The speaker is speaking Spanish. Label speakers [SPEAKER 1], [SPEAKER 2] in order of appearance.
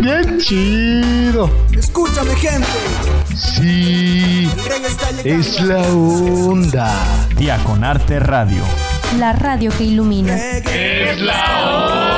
[SPEAKER 1] Bien chido.
[SPEAKER 2] Escúchame, gente.
[SPEAKER 1] Sí.
[SPEAKER 2] El rey está llegando.
[SPEAKER 1] Es la onda.
[SPEAKER 3] Diaconarte Radio.
[SPEAKER 4] La radio que ilumina.
[SPEAKER 2] Reggae.
[SPEAKER 1] Es la onda.